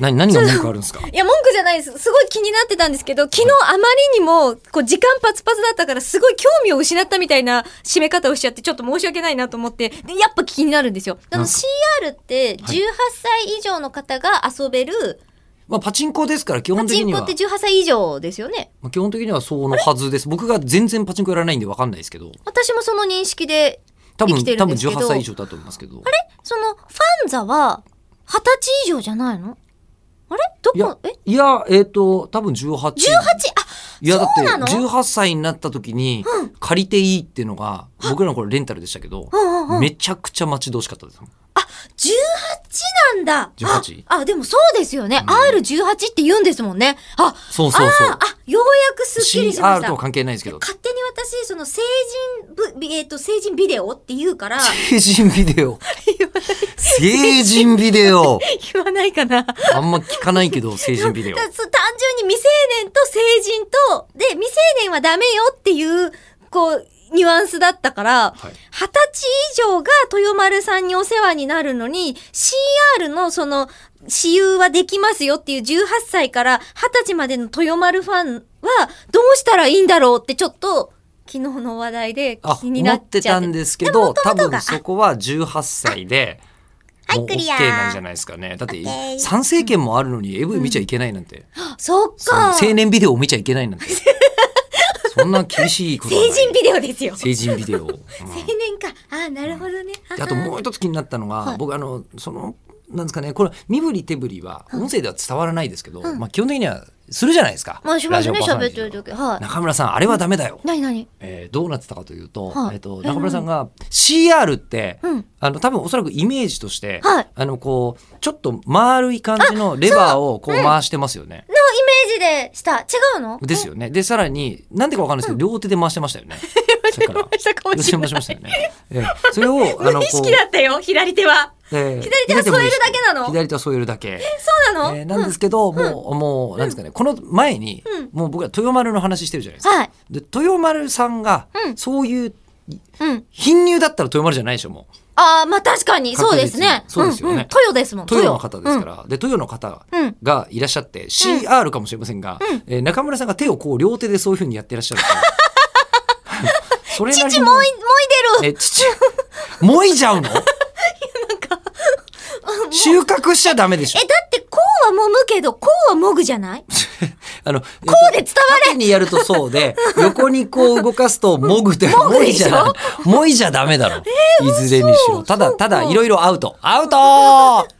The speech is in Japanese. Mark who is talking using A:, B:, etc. A: 何何が文句あるんです か
B: いや、文句じゃないです。すごい気になってたんですけど、昨日あまりにも、こう、時間パツパツだったから、すごい興味を失ったみたいな締め方をしちゃって、ちょっと申し訳ないなと思って、で、やっぱ気になるんですよ。あ
A: な
B: の、
A: んか
B: CR って、18
A: はい
B: 歳以上の方が遊べる、
A: まあパチンコですから基
B: パ
A: 本
B: チ
A: 的
B: ン
A: に
B: コ
A: は
B: って18歳以上ですよね。
A: まあ基本的にはそうのはずです僕が全然パチンコやらないんで分かんないですけど
B: 私もその認識で、
A: 多
B: 生
A: 分
B: きてる
A: 多
B: ん
A: 分
B: ですけど
A: 18歳以上だと思いますけど
B: その、ファンザは、20歳以上じゃないのあれど
A: いや
B: こ、え
A: いやえっ、と多分18
B: ?18、あ、
A: いやだっ
B: そうなの
A: て18歳になった時に借りていいっていうのが僕らのこれレンタルでしたけど
B: うんうんうん。
A: めちゃくちゃ待ち遠しかったです
B: 18なんだ
A: 18
B: ああでもそうですよね、R18 って言うんですもんねあ
A: そうそう
B: あ
A: そ
B: ー
A: う
B: あようやくすっきりしまし
A: CR
B: た
A: とは関係ないですけど
B: 勝手に私その成人ぶ、えっと成人ビデオって言うから
A: 成人ビデオ成人ビデオ
B: 言わないかな単
A: あんま聞かないけど成人ビデオ
B: 純に未成年と成人とで未成年はダメよっていうこうニュアンスだったから、
A: はい
B: 二十歳以上が豊丸さんにお世話になるのに、CR のその、私有はできますよっていう18歳から二十歳までの豊丸ファンは、どうしたらいいんだろうってちょっと、昨日の話題で
A: あ
B: 気に
A: 思
B: なっ
A: っ
B: ちゃって。
A: てたんですけど多分そこは18歳で
B: はい
A: もう
B: ク
A: OK
B: リア
A: なんじゃないですかねだっ
B: オ
A: て
B: ッケー
A: 参政権もあるのに AV 見ちゃいけないなんて
B: そっ
A: その
B: か。
A: 青年ビデオを見ちゃいけない なんてそんな厳しいことはな
B: 成
A: い
B: 人ビデオですよ。
A: 成人ビデオ、うん
B: 青年か。ああ、なるほどね。
A: であともう一つ気になったのが、
B: はい
A: 僕あのそのなんですかねこれ身振り手振りは音声では伝わらないですけど、まあ、基本的にはするじゃないですか、
B: もしもしね、
A: ラジオパーソナ
B: 喋
A: リ
B: っ
A: テ
B: て
A: ィの
B: る時。はい。
A: 中村さんあれはダメだよ、
B: なになに
A: えーどうなってたかというと,、
B: はい
A: えー、と中村さんが CR って、
B: うん
A: あの多分おそらくイメージとして、
B: はい
A: あのこうちょっと丸い感じのレバーをこう回してますよね。
B: のイメージでした。違うの
A: ですよね。でさらになんでかわかんないですけど、両手で回してま したよね。それから
B: えしたかも
A: 両
B: し
A: 手で
B: れ
A: 回し
B: ない
A: て。ましたよね。 えーそれをあの
B: 無意識だったよ、左手は。
A: えー
B: 左手は添えるだけなの
A: 左手は添えるだけ。
B: そうなの、
A: えーなんですけど、もう、もう、なんですかね、この前に、
B: うん
A: もう僕ら豊丸の話してるじゃないですか。
B: はい。
A: で、豊丸さんが、
B: うん
A: そういう、
B: うん。
A: 貧乳だったら豊丸じゃないでしょ、もう。
B: ああ、まあ確かに、そうですね。
A: 確実にそうですよね
B: んん豊ですもん。
A: 豊の方ですから。で、豊の方
B: うん。うん。
A: がいらっしゃって、CR かもしれませんが、
B: うん
A: えー中村さんが手をこう、両手でそういうふうにやってらっしゃるから。 それなり
B: 父
A: の
B: もい、もいで
A: え、
B: る。
A: 父、もいじゃうの収穫しちゃダメでしょ
B: え、。だって、こうは揉むけど、こうはもぐじゃない
A: あの、こ
B: うで伝わ
A: 縦にやるとそうで、横にこう動かすと、もぐって、 も
B: ぐで
A: い
B: し
A: じ
B: ょ
A: ゃない、もいじゃダメだろ。いずれにしろ。ただ、
B: そう
A: た
B: か
A: だ、いろいろアウト。アウト